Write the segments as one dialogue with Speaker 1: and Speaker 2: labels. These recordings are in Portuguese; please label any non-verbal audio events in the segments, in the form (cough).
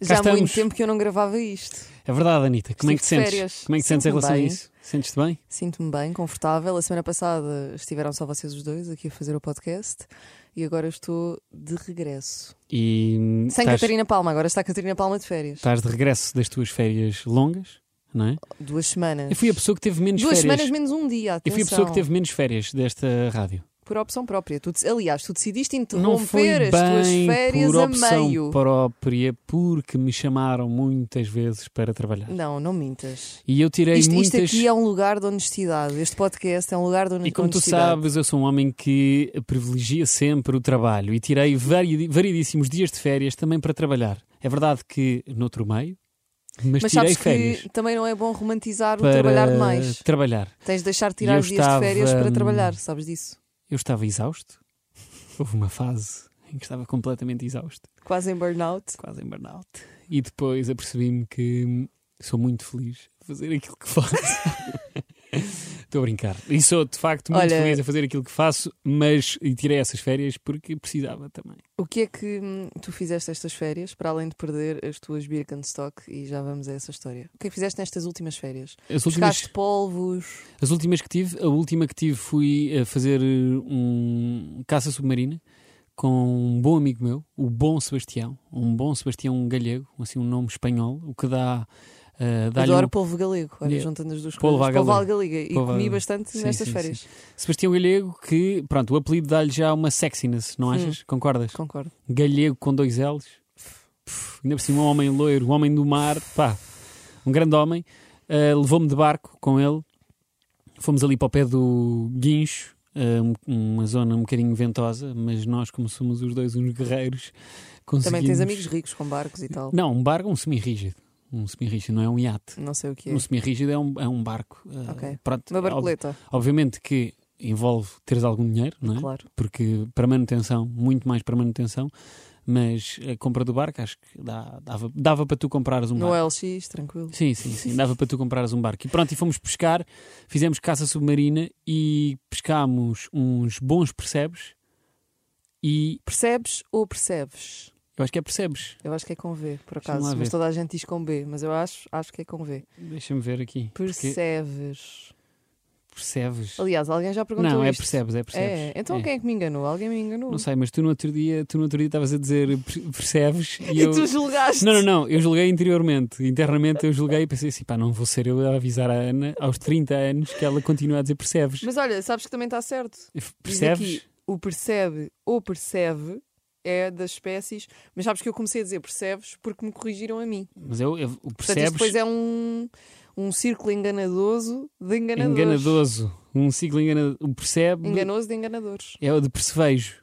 Speaker 1: Já há muito
Speaker 2: estamos.
Speaker 1: tempo que eu não gravava isto.
Speaker 2: É verdade, Anitta. Como é que te
Speaker 1: Estive de
Speaker 2: sentes?
Speaker 1: férias.
Speaker 2: Como é que te sentes em
Speaker 1: Sinto-me
Speaker 2: relação
Speaker 1: bem.
Speaker 2: a isso? Sentes-te bem?
Speaker 1: Sinto-me bem, confortável. A semana passada estiveram só vocês os dois aqui a fazer o podcast e agora eu estou de regresso.
Speaker 2: E hum,
Speaker 1: Sem
Speaker 2: estás, Tá.
Speaker 1: Catarina Palma, agora está a Catarina Palma de férias.
Speaker 2: estás de regresso das tuas férias longas, não é?
Speaker 1: Duas semanas.
Speaker 2: Eu fui a pessoa que teve menos
Speaker 1: Duas
Speaker 2: férias.
Speaker 1: semanas menos um dia. Atenção.
Speaker 2: Eu fui a pessoa que teve menos férias desta rádio.
Speaker 1: Por opção própria. Tu, de- aliás, tu decidiste
Speaker 2: Não foi
Speaker 1: interromper
Speaker 2: bem
Speaker 1: as tuas férias
Speaker 2: por
Speaker 1: a
Speaker 2: opção
Speaker 1: meio.
Speaker 2: própria, porque me chamaram muitas vezes para trabalhar.
Speaker 1: Não, não mintas.
Speaker 2: E eu tirei
Speaker 1: Isto, isto
Speaker 2: muitas.
Speaker 1: aqui é um lugar de honestidade. Este podcast é um lugar de hon-
Speaker 2: E como tu
Speaker 1: honestidade.
Speaker 2: sabes, eu sou um homem que privilegia sempre o trabalho e tirei vari- variedíssimos dias de férias também para trabalhar. É verdade que noutro meio, mas,
Speaker 1: Mas
Speaker 2: tirei
Speaker 1: sabes
Speaker 2: férias
Speaker 1: que também não é bom romantizar
Speaker 2: para
Speaker 1: o trabalhar demais.
Speaker 2: trabalhar.
Speaker 1: Tens de deixar de
Speaker 2: E
Speaker 1: tirar
Speaker 2: eu
Speaker 1: os dias de férias
Speaker 2: estava,
Speaker 1: para
Speaker 2: hum,
Speaker 1: trabalhar, sabes disso?
Speaker 2: Eu estava exausto. Houve uma fase em que estava completamente exausto,
Speaker 1: Quase em burnout.
Speaker 2: quase em burnout. E depois apercebi-me que hum, sou muito feliz a fazer aquilo que faço. (laughs) Estou a brincar. E sou de facto muito
Speaker 1: Olha-
Speaker 2: feliz a fazer aquilo que faço, mas e tirei essas férias porque precisava também.
Speaker 1: O que é que hum, tu fizeste estas férias, para além de perder as tuas Birkenstock, e já vamos a essa história? O que é que fizeste nestas últimas férias?
Speaker 2: As últimas-
Speaker 1: Buscaste polvos,
Speaker 2: As últimas que tive, a última que tive fui a fazer eh, um caça submarina com um bom amigo meu, o Bom Sebastião, um bom Sebastião galego, assim um nome espanhol, o que dá eh, dá-lhe
Speaker 1: adoro
Speaker 2: um-
Speaker 1: polvo galego. Olha,
Speaker 2: Yeah.
Speaker 1: juntando as duas
Speaker 2: Polvo
Speaker 1: coisas.
Speaker 2: à
Speaker 1: Polvo à
Speaker 2: galega.
Speaker 1: galega. E
Speaker 2: Polvo à
Speaker 1: comi
Speaker 2: galega.
Speaker 1: bastante
Speaker 2: Sim,
Speaker 1: nestas
Speaker 2: sim,
Speaker 1: férias.
Speaker 2: Sebastião Galego que, pronto, o apelido dá-lhe já uma sexiness,
Speaker 1: Hum.
Speaker 2: não achas? Concordas?
Speaker 1: Concordo.
Speaker 2: Galego com dois L's. Pff, Ainda por cima, um homem loiro, um homem do mar, pá, um grande homem. Eh, Levou-me de barco com ele. Fomos ali para o pé do Guincho, eh, um- uma zona um bocadinho ventosa, mas nós, como somos os dois uns guerreiros, conseguimos.
Speaker 1: Também tens amigos ricos com barcos e tal.
Speaker 2: Não, um barco é um semi-rígido. Um semi-rígido, não é um iate.
Speaker 1: Não sei o que é.
Speaker 2: Um semi-rígido é um, é um barco. eh,
Speaker 1: Ok.
Speaker 2: pronto,
Speaker 1: Uma
Speaker 2: ob-
Speaker 1: barcoleta,
Speaker 2: Obviamente que envolve teres algum dinheiro, não é?
Speaker 1: claro.
Speaker 2: porque para manutenção, muito mais para manutenção, mas a compra do barco acho que dá- dava, dava para tu comprares um
Speaker 1: No
Speaker 2: barco.
Speaker 1: LX, tranquilo.
Speaker 2: Sim, sim, sim, dava para tu comprares um barco. E pronto, e fomos pescar, fizemos caça submarina e pescámos uns bons percebes e
Speaker 1: Percebes ou percebes?
Speaker 2: eu acho que é percebes.
Speaker 1: Eu acho que é com V, por
Speaker 2: Deixa-me lá
Speaker 1: acaso. Mas
Speaker 2: ver.
Speaker 1: toda a gente diz com B, mas eu acho, acho que é com V.
Speaker 2: Deixa-me ver aqui. porque
Speaker 1: Percebes.
Speaker 2: Percebes.
Speaker 1: Aliás, alguém já perguntou
Speaker 2: Não, é
Speaker 1: isto.
Speaker 2: percebes, é percebes.
Speaker 1: É, então
Speaker 2: É.
Speaker 1: quem é que me enganou? Alguém me enganou.
Speaker 2: Não sei, mas tu no outro dia, tu no outro dia estavas a dizer (laughs) per- percebes
Speaker 1: (laughs)
Speaker 2: e
Speaker 1: E
Speaker 2: eu
Speaker 1: tu julgaste.
Speaker 2: Não, não, não, eu julguei interiormente. Internamente eu julguei e pensei assim: pá, não vou ser eu a avisar a Ana aos 30 anos que ela continua a dizer percebes.
Speaker 1: Mas olha, sabes que também está certo. Diz
Speaker 2: Percebes?
Speaker 1: aqui, o percebe ou percebe é das espécies, mas sabes que eu comecei a dizer percebes porque me corrigiram a mim.
Speaker 2: Mas eu, eu o
Speaker 1: Portanto, isto
Speaker 2: percebes
Speaker 1: depois é um, um círculo enganadoso de enganadores.
Speaker 2: é enganadoso. Um ciclo enganadoso. O percebe
Speaker 1: Enganoso de enganadores.
Speaker 2: é o de percevejo.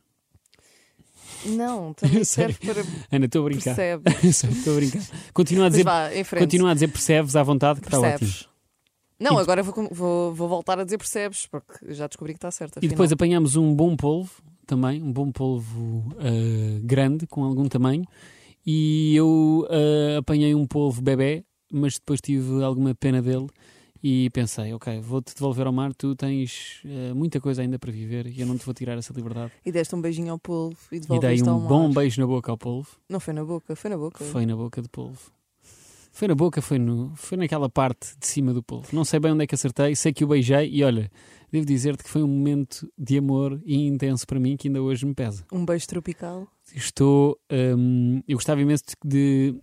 Speaker 2: (laughs)
Speaker 1: Não, também
Speaker 2: Eu sei.
Speaker 1: serve para
Speaker 2: Ana, estou a brincar. (laughs)
Speaker 1: percebe.
Speaker 2: Sei, Estou a brincar. Continua a
Speaker 1: Mas
Speaker 2: dizer,
Speaker 1: vá, em frente.
Speaker 2: continua a dizer percebes à vontade, que está Tá ótimo.
Speaker 1: percebes. Não,
Speaker 2: E de-
Speaker 1: agora vou, com- vou, vou voltar a dizer percebes, porque já descobri que está certo.
Speaker 2: E depois apanhámos um bom polvo também, um bom polvo ah, grande, com algum tamanho. E eu ah, apanhei um polvo bebê, mas depois tive alguma pena dele e pensei, ok, vou-te devolver ao mar, tu tens ah, muita coisa ainda para viver e eu não te vou tirar essa liberdade.
Speaker 1: E deste um beijinho ao polvo e
Speaker 2: E dei
Speaker 1: devolveste ao
Speaker 2: um
Speaker 1: mar.
Speaker 2: bom beijo na boca ao polvo,
Speaker 1: Não foi na boca, foi na boca.
Speaker 2: foi na boca do polvo. Foi na boca, foi, no, foi naquela parte de cima do polvo. Não sei bem onde é que acertei, sei que o beijei e olha, devo dizer-te que foi um momento de amor e intenso para mim que ainda hoje me pesa.
Speaker 1: Um beijo tropical.
Speaker 2: Estou. hum, eu gostava imenso de, de,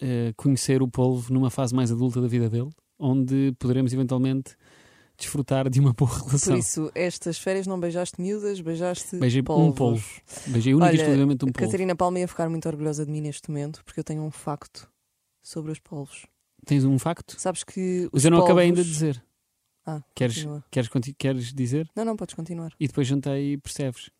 Speaker 2: eh, conhecer o polvo numa fase mais adulta da vida dele, onde poderemos eventualmente desfrutar de uma boa relação.
Speaker 1: Por isso, estas férias não beijaste miúdas, beijaste
Speaker 2: Beijei um
Speaker 1: polvos.
Speaker 2: polvo. Beijei única e
Speaker 1: Olha,
Speaker 2: exclusivamente um polvo.
Speaker 1: Catarina Palma ia ficar muito orgulhosa de mim neste momento, porque eu tenho um facto sobre os polvos.
Speaker 2: Tens um facto?
Speaker 1: Sabes que os
Speaker 2: Mas eu não acabei ainda
Speaker 1: polvos-
Speaker 2: de dizer.
Speaker 1: Ah,
Speaker 2: queres,
Speaker 1: continua.
Speaker 2: queres, conti- queres dizer?
Speaker 1: Não, não, podes continuar.
Speaker 2: E depois jantei e percebes.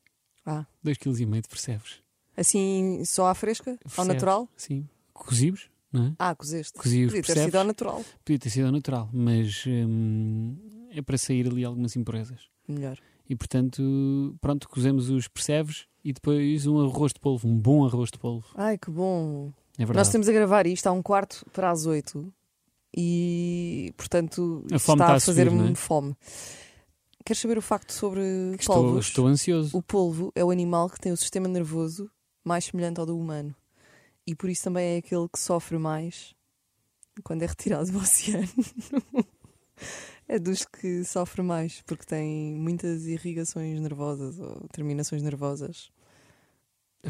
Speaker 1: Ah.
Speaker 2: 2,5 kg de percebes.
Speaker 1: Assim, só à fresca? Ao
Speaker 2: Percebes.
Speaker 1: natural?
Speaker 2: Sim. Cozimos, não é?
Speaker 1: Ah, cozeste.
Speaker 2: Cozi os
Speaker 1: Podia ter
Speaker 2: percebes.
Speaker 1: sido ao natural.
Speaker 2: Podia ter sido ao natural, mas hum, é para sair ali algumas impurezas.
Speaker 1: Melhor.
Speaker 2: E portanto, pronto, cozemos os percebes e depois um arroz de polvo, um bom arroz de polvo.
Speaker 1: Ai, que bom.
Speaker 2: É
Speaker 1: Nós
Speaker 2: verdade.
Speaker 1: estamos a gravar isto há um quarto para as oito e, portanto,
Speaker 2: A
Speaker 1: está,
Speaker 2: fome está
Speaker 1: a
Speaker 2: a subir,
Speaker 1: fazer-me
Speaker 2: não é?
Speaker 1: fome. Queres saber o facto sobre
Speaker 2: Estou,
Speaker 1: polvos?
Speaker 2: estou ansioso.
Speaker 1: O polvo é o animal que tem o sistema nervoso mais semelhante ao do humano e por isso também é aquele que sofre mais quando é retirado do (laughs) oceano. é dos que sofre mais, porque tem muitas irrigações nervosas ou terminações nervosas.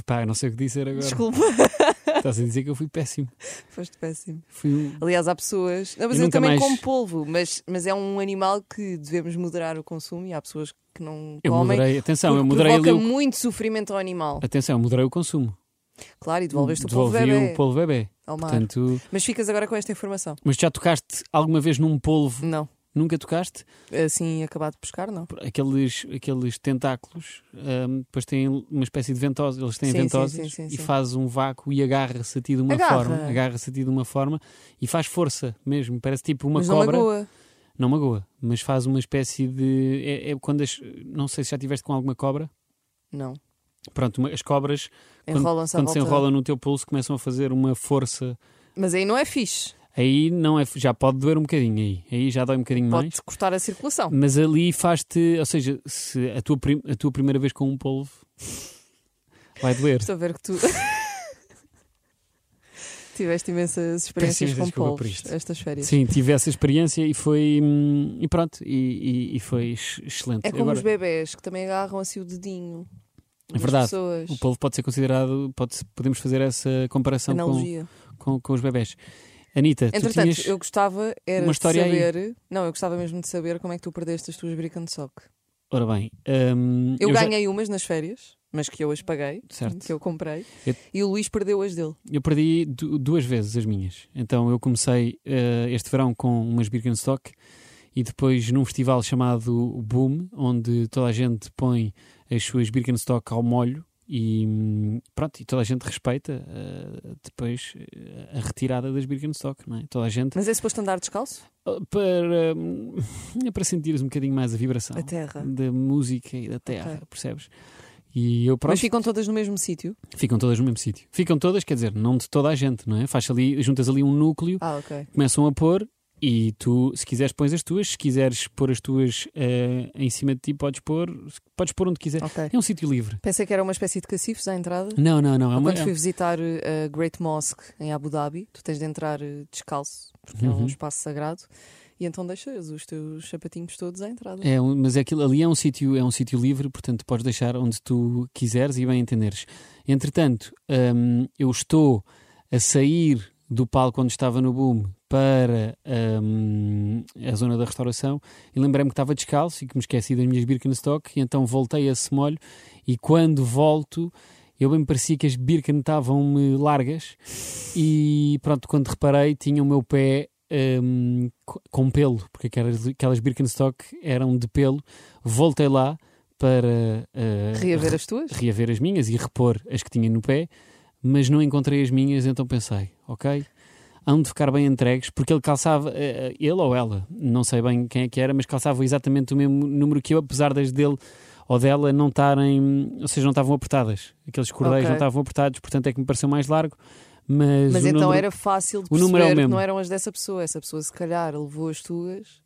Speaker 2: Pá, eu não sei o que dizer agora.
Speaker 1: Desculpa, (laughs)
Speaker 2: Estás a dizer que eu fui péssimo.
Speaker 1: foste péssimo.
Speaker 2: Fui um-
Speaker 1: Aliás, há pessoas. Não, mas
Speaker 2: E
Speaker 1: eu
Speaker 2: nunca
Speaker 1: também
Speaker 2: mais-
Speaker 1: como polvo, mas, mas é um animal que devemos moderar o consumo e há pessoas que não
Speaker 2: Eu
Speaker 1: comem.
Speaker 2: moderei, atenção, eu
Speaker 1: porque
Speaker 2: moderei ali
Speaker 1: provoca
Speaker 2: o...
Speaker 1: muito sofrimento ao animal.
Speaker 2: Atenção, eu moderei o consumo.
Speaker 1: Claro, e devolveste o polvo é
Speaker 2: Devolvi
Speaker 1: bebê
Speaker 2: o polvo bebé.
Speaker 1: ao mar.
Speaker 2: Portanto,
Speaker 1: Mas ficas agora com esta informação.
Speaker 2: mas já tocaste alguma vez num polvo?
Speaker 1: Não.
Speaker 2: Nunca tocaste?
Speaker 1: Assim, acabado de pescar, não.
Speaker 2: Aqueles, aqueles tentáculos, hum, depois têm uma espécie de ventosa, eles têm
Speaker 1: Sim, sim,
Speaker 2: ventosas
Speaker 1: sim, sim,
Speaker 2: e
Speaker 1: sim.
Speaker 2: faz um vácuo e agarra-se a ti de uma
Speaker 1: Agarra.
Speaker 2: forma, agarra-se a ti de uma forma e faz força mesmo, parece tipo uma
Speaker 1: mas
Speaker 2: cobra.
Speaker 1: não magoa.
Speaker 2: não magoa, mas faz uma espécie de. É, é quando as. Não sei se já tiveste com alguma cobra.
Speaker 1: Não.
Speaker 2: Pronto, uma- as cobras, quando-
Speaker 1: Enrolam-se à
Speaker 2: quando se
Speaker 1: volta.
Speaker 2: enrolam no teu pulso, começam a fazer uma força.
Speaker 1: Mas aí não é fixe.
Speaker 2: Aí não é. Já pode doer um bocadinho aí. Aí já dói um bocadinho mais.
Speaker 1: Pode-te cortar a circulação.
Speaker 2: Mas ali faz-te. Ou seja, se a, tua prim- a tua primeira vez com um polvo. Vai doer.
Speaker 1: Estou a ver que tu. (laughs) Tiveste imensas
Speaker 2: Peço
Speaker 1: experiências
Speaker 2: imensa
Speaker 1: com
Speaker 2: desculpa por
Speaker 1: polvos
Speaker 2: isto.
Speaker 1: estas férias.
Speaker 2: Sim, tive essa experiência e foi. hum, E pronto, e, e- e foi ex- excelente.
Speaker 1: É como
Speaker 2: Agora,
Speaker 1: os bebés que também agarram assim o dedinho.
Speaker 2: é
Speaker 1: das
Speaker 2: verdade.
Speaker 1: Pessoas.
Speaker 2: O é um polvo pode ser considerado. Pode, podemos fazer essa comparação com,
Speaker 1: Analogia.
Speaker 2: com, com os bebés. Anitta, tu
Speaker 1: Entretanto,
Speaker 2: tinhas.
Speaker 1: eu gostava era
Speaker 2: uma
Speaker 1: de
Speaker 2: história aí.
Speaker 1: saber. Não, eu gostava mesmo de saber como é que tu perdeste as tuas brick and sock.
Speaker 2: Ora bem, hum,
Speaker 1: Eu,
Speaker 2: já-
Speaker 1: ganhei umas nas férias, mas que eu as paguei,
Speaker 2: Certo.
Speaker 1: que eu comprei,
Speaker 2: Eu-
Speaker 1: e o Luís perdeu as dele.
Speaker 2: eu perdi du- duas vezes as minhas. Então eu comecei eh, este verão com umas Birkenstock e depois num festival chamado Boom, onde toda a gente põe as suas Birkenstock ao molho e hum, pronto, e toda a gente respeita eh, depois eh, a retirada das Birkenstock, não é? Toda a gente
Speaker 1: Mas é suposto andar descalço?
Speaker 2: oh, para hum, (laughs) é para sentires um bocadinho mais a vibração
Speaker 1: A terra.
Speaker 2: da música e da terra,
Speaker 1: Ok.
Speaker 2: percebes? E eu pronto,
Speaker 1: Mas ficam todas no mesmo sítio?
Speaker 2: Ficam todas no mesmo sítio. Ficam todas, quer dizer, não de toda a gente, não é? Faz ali, juntas ali um núcleo,
Speaker 1: Ah, ok.
Speaker 2: começam a pôr e tu, se quiseres, pões as tuas. Se quiseres pôr as tuas eh, em cima de ti, podes pôr, podes pôr onde quiseres.
Speaker 1: Ok.
Speaker 2: É um sítio livre.
Speaker 1: Pensei que era uma espécie de cacifes à entrada.
Speaker 2: Não, não, não. É
Speaker 1: Eu
Speaker 2: uma,
Speaker 1: Quando
Speaker 2: é-
Speaker 1: fui visitar eh, a Great Mosque em Abu Dhabi, tu tens de entrar eh, descalço, porque é
Speaker 2: Uhum.
Speaker 1: um espaço sagrado, e então deixas os teus sapatinhos todos à entrada.
Speaker 2: é um- mas é aquilo, ali é um sítio é um sítio livre, portanto podes deixar onde tu quiseres e bem entenderes. Entretanto, hum, eu estou a sair do palco onde estava no boom para hum, a zona da restauração e lembrei-me que estava descalço e que me esqueci das minhas Birkenstock e então voltei a esse molho e quando volto eu bem me parecia que as Birken estavam-me largas e pronto, quando reparei tinha o meu pé hum, co- com pelo, porque aquelas, aquelas Birkenstock eram de pelo. Voltei lá para ah,
Speaker 1: Reaver as tuas?
Speaker 2: reaver as minhas e repor as que tinha no pé, mas não encontrei as minhas, então pensei, ok, hão de ficar bem entregues, porque ele calçava, eh, eh, ele ou ela, não sei bem quem é que era, mas calçava exatamente o mesmo número que eu, apesar das dele ou dela não estarem, ou seja, não estavam apertadas, aqueles cordeiros
Speaker 1: Ok.
Speaker 2: não estavam apertados, portanto é que me pareceu mais largo, mas,
Speaker 1: Mas
Speaker 2: o
Speaker 1: então
Speaker 2: número-
Speaker 1: era fácil de
Speaker 2: o número é o
Speaker 1: perceber que
Speaker 2: mesmo.
Speaker 1: não eram as dessa pessoa. Essa pessoa, se calhar, levou as tuas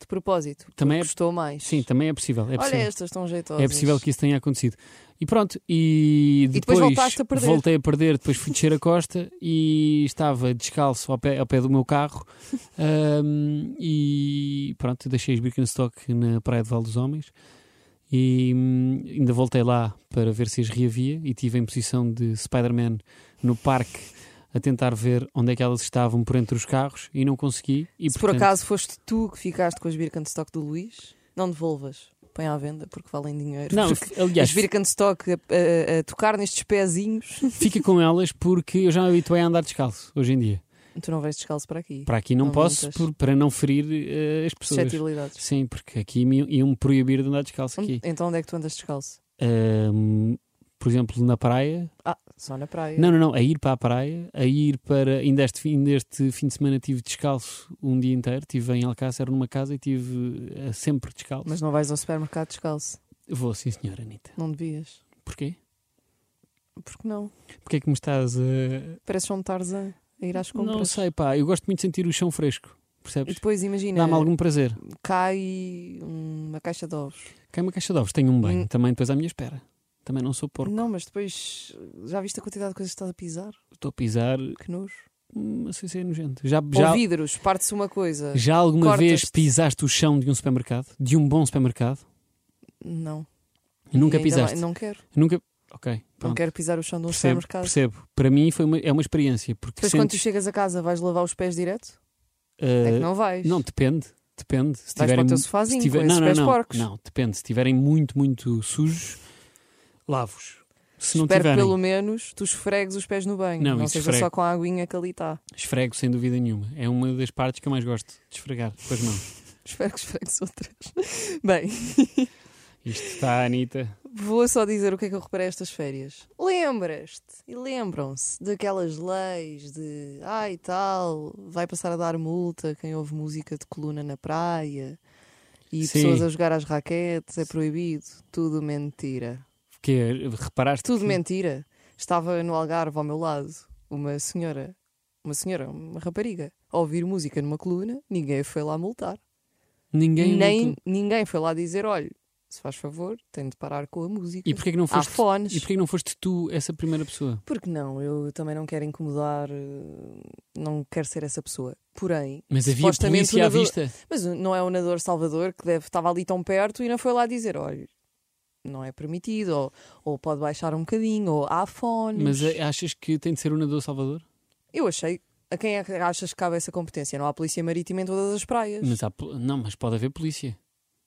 Speaker 1: de propósito. porque
Speaker 2: Também é-
Speaker 1: Gostou mais.
Speaker 2: Sim, também é possível, é
Speaker 1: Olha,
Speaker 2: possível.
Speaker 1: estas estão jeitosas.
Speaker 2: É possível que isso tenha acontecido. E pronto, e
Speaker 1: E depois
Speaker 2: depois,
Speaker 1: voltaste a perder.
Speaker 2: voltei a perder, depois fui descer a costa e estava descalço ao pé, ao pé do meu
Speaker 1: (laughs)
Speaker 2: carro Ahm, e pronto, deixei as Birkenstock na Praia de Val dos Homens e hum, ainda voltei lá para ver se as reavia e tive em posição de Spider-Man no parque a tentar ver onde é que elas estavam por entre os carros e não consegui. E,
Speaker 1: se por
Speaker 2: portanto,
Speaker 1: acaso foste tu que ficaste com as Birkenstock do Luís, não devolvas. Põe à venda porque valem dinheiro.
Speaker 2: Não,
Speaker 1: Porque (laughs)
Speaker 2: aliás,
Speaker 1: As Birkenstock a, a- a tocar nestes pezinhos.
Speaker 2: fica com elas porque eu já me habituei a andar descalço hoje em dia.
Speaker 1: tu não vais descalço para aqui.
Speaker 2: Para aqui não,
Speaker 1: Não
Speaker 2: posso,
Speaker 1: muitas.
Speaker 2: por- para não ferir eh, as pessoas.
Speaker 1: Suscetibilidades.
Speaker 2: Sim, porque aqui me, iam-me proibir de andar descalço aqui.
Speaker 1: Então onde é que tu andas descalço?
Speaker 2: Ahm, por exemplo, na praia.
Speaker 1: Ah, só na praia.
Speaker 2: Não, não, não. A ir para a praia, a ir para. Ainda este, fim- ainda este fim de semana tive descalço um dia inteiro. Estive em Alcácer numa casa e tive eh, sempre descalço.
Speaker 1: Mas não vais ao supermercado descalço.
Speaker 2: Vou, sim, senhora Anitta.
Speaker 1: Não devias.
Speaker 2: Porquê?
Speaker 1: Porque não?
Speaker 2: Porquê é que me estás a.
Speaker 1: Pareces um Tarzan a ir às compras.
Speaker 2: Não sei, pá. Eu gosto muito de sentir o chão fresco.
Speaker 1: E
Speaker 2: Percebes?
Speaker 1: depois imagina,
Speaker 2: Dá-me algum prazer.
Speaker 1: cai uma caixa de ovos.
Speaker 2: Cai uma caixa de ovos, tenho um bem.
Speaker 1: Hum.
Speaker 2: Também depois à minha espera. Também não sou porco.
Speaker 1: Não, mas depois já viste a quantidade de coisas que estás a pisar?
Speaker 2: Estou a pisar,
Speaker 1: Que nojo.
Speaker 2: hum, assim, isso é nojento. Já,
Speaker 1: Ou
Speaker 2: já,
Speaker 1: vidros, parte-se uma coisa.
Speaker 2: já alguma vez
Speaker 1: cortas-te.
Speaker 2: pisaste o chão de um supermercado? De um bom supermercado?
Speaker 1: Não.
Speaker 2: E nunca
Speaker 1: Ainda
Speaker 2: pisaste?
Speaker 1: bem, Não quero.
Speaker 2: Nunca. Ok,
Speaker 1: Não
Speaker 2: pronto.
Speaker 1: quero pisar o chão de um
Speaker 2: percebo,
Speaker 1: supermercado.
Speaker 2: percebo. Para mim foi uma- é uma experiência. Porque
Speaker 1: Depois quando tu
Speaker 2: sentes,
Speaker 1: chegas a casa, vais lavar os pés direto?
Speaker 2: ah,
Speaker 1: é que não vais.
Speaker 2: não, depende. Depende. Se
Speaker 1: vais para
Speaker 2: tiverem
Speaker 1: o teu
Speaker 2: mu- se
Speaker 1: sofazinho
Speaker 2: tiver-
Speaker 1: com esses
Speaker 2: não, não,
Speaker 1: pés
Speaker 2: não,
Speaker 1: porcos.
Speaker 2: Não, depende. Se tiverem muito, muito sujos, lavo-os. Se não
Speaker 1: Espero que
Speaker 2: tiverem,
Speaker 1: pelo menos tu esfregues os pés no banho.
Speaker 2: Não,
Speaker 1: Não,
Speaker 2: isso
Speaker 1: seja
Speaker 2: esfrego.
Speaker 1: só com a aguinha que ali está. (laughs)
Speaker 2: esfrego sem dúvida nenhuma. É uma das partes que eu mais gosto de esfregar com as mãos.
Speaker 1: Espero que esfregues outras. (laughs) Bem,
Speaker 2: Isto está, Anitta.
Speaker 1: Vou só dizer o que é que eu reparei estas férias. Lembras-te e lembram-se daquelas leis de ai tal, vai passar a dar multa quem ouve música de coluna na praia e
Speaker 2: Sim.
Speaker 1: pessoas a jogar às raquetes, é proibido. Tudo mentira.
Speaker 2: Porque reparaste
Speaker 1: Tudo
Speaker 2: que-
Speaker 1: mentira. Estava no Algarve ao meu lado uma senhora, uma senhora, uma rapariga, a ouvir música numa coluna, ninguém foi lá multar.
Speaker 2: ninguém.
Speaker 1: Nem, ninguém foi lá dizer, olha, se faz favor, tem de parar com a música.
Speaker 2: E porquê que não
Speaker 1: Há
Speaker 2: foste?
Speaker 1: fones.
Speaker 2: E porquê que não foste tu essa primeira pessoa?
Speaker 1: Porque não, eu também não quero incomodar, eh, não quero ser essa pessoa. Porém,
Speaker 2: Mas havia
Speaker 1: Supostamente
Speaker 2: polícia à
Speaker 1: o nadador-
Speaker 2: vista.
Speaker 1: mas não é o nadador Salvador que deve, estava ali tão perto e não foi lá dizer: olha, não é permitido, ou, ou pode baixar um bocadinho, ou há fones.
Speaker 2: Mas eh, achas que tem de ser o nadador Salvador?
Speaker 1: Eu achei. A quem é que achas que cabe essa competência? Não há polícia marítima em todas as praias.
Speaker 2: Mas há pol- não, mas pode haver polícia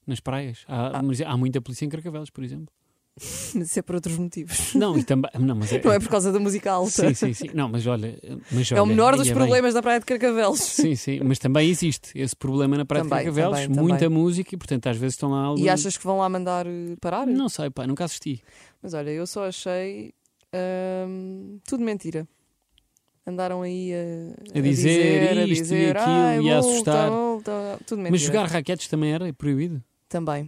Speaker 2: nas praias. Há,
Speaker 1: Ah.
Speaker 2: mas há muita polícia em Carcavelos, por exemplo.
Speaker 1: (laughs)
Speaker 2: (laughs)
Speaker 1: Mas isso é por outros motivos. (laughs)
Speaker 2: Não, e também. Não, mas é,
Speaker 1: Não é por causa da música alta.
Speaker 2: Sim, sim, sim. Não, mas olha. Mas
Speaker 1: é o
Speaker 2: olha,
Speaker 1: menor dos
Speaker 2: ia bem.
Speaker 1: problemas da Praia de Carcavelos.
Speaker 2: Sim, sim. Mas também existe esse problema na Praia de
Speaker 1: Também,
Speaker 2: Carcavelos.
Speaker 1: também,
Speaker 2: muita
Speaker 1: também.
Speaker 2: música e, portanto, às vezes estão lá alguns.
Speaker 1: E achas que vão lá mandar eh, parar?
Speaker 2: Não sei, pá, nunca assisti.
Speaker 1: Mas olha, eu só achei hum, tudo mentira. Andaram aí a,
Speaker 2: A dizer
Speaker 1: a
Speaker 2: isto e
Speaker 1: dizer,
Speaker 2: aquilo
Speaker 1: "Ai,
Speaker 2: e a
Speaker 1: multa,
Speaker 2: assustar."
Speaker 1: multa", tudo mentira.
Speaker 2: Mas jogar raquetes também era proibido?
Speaker 1: também.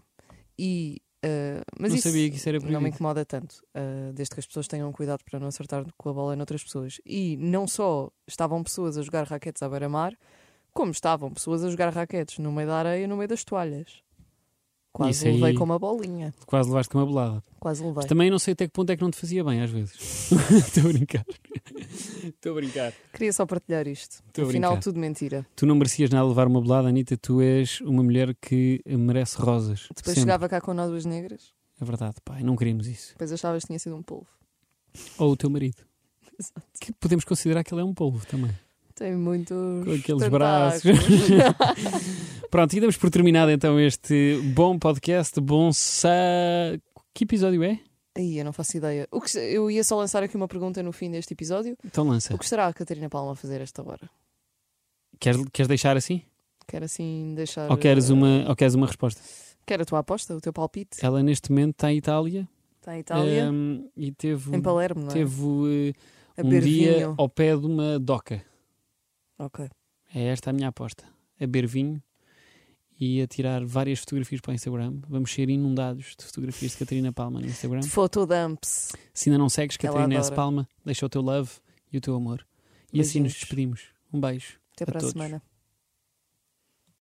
Speaker 1: E, uh, mas
Speaker 2: Não
Speaker 1: isso
Speaker 2: sabia que isso era
Speaker 1: não me
Speaker 2: proibido.
Speaker 1: incomoda tanto, uh, desde que as pessoas tenham cuidado para não acertar com a bola noutras pessoas. E não só estavam pessoas a jogar raquetes à beira-mar, como estavam pessoas a jogar raquetes no meio da areia, no meio das toalhas. Quase
Speaker 2: Isso aí-
Speaker 1: levei com uma bolinha.
Speaker 2: Quase levaste uma bolada.
Speaker 1: Quase levei.
Speaker 2: Mas também não sei até que ponto é que não te fazia bem, às vezes. (laughs) Estou a brincar. Estou a brincar.
Speaker 1: Queria só partilhar isto.
Speaker 2: Estou a
Speaker 1: Afinal,
Speaker 2: brincar.
Speaker 1: tudo mentira.
Speaker 2: Tu não merecias nada levar uma bolada, Anitta. Tu és uma mulher que merece rosas.
Speaker 1: Depois
Speaker 2: Sempre.
Speaker 1: chegava cá com nós duas negras,
Speaker 2: É verdade, pá. e Não queríamos isso.
Speaker 1: depois achavas que tinha sido um polvo.
Speaker 2: Ou o teu marido.
Speaker 1: Exato.
Speaker 2: Que podemos considerar que ele é um polvo também.
Speaker 1: Tem muitos.
Speaker 2: Com aqueles braços.
Speaker 1: tentáculos.
Speaker 2: Pronto, e damos por terminado então este bom podcast, bom sa... Que episódio é?
Speaker 1: (laughs) Aí eu não faço ideia. O que, se- eu ia só lançar aqui uma pergunta no fim deste episódio.
Speaker 2: Então lança.
Speaker 1: O que estará a Catarina Palma a fazer esta hora?
Speaker 2: Queres, queres deixar assim?
Speaker 1: Quero assim deixar.
Speaker 2: Ou queres,
Speaker 1: eh,
Speaker 2: uma, ou queres uma resposta?
Speaker 1: Quero a tua aposta, o teu palpite.
Speaker 2: Ela neste momento está em Itália.
Speaker 1: Está em Itália,
Speaker 2: ehm, e teve,
Speaker 1: em Palermo, não é?
Speaker 2: teve eh,
Speaker 1: a
Speaker 2: um
Speaker 1: beber
Speaker 2: dia
Speaker 1: vinho.
Speaker 2: ao pé de uma doca.
Speaker 1: Ok.
Speaker 2: É esta a minha aposta. A beber vinho e a tirar várias fotografias para o Instagram. Vamos ser inundados de fotografias de Catarina Palma no Instagram.
Speaker 1: De Photodumps.
Speaker 2: Se ainda não segues
Speaker 1: Ela
Speaker 2: Catarina S.
Speaker 1: adora.
Speaker 2: Palma, deixa o teu love e o teu amor. E assim
Speaker 1: Beijinhos.
Speaker 2: nos despedimos. Um beijo.
Speaker 1: Até para a
Speaker 2: todos.
Speaker 1: semana.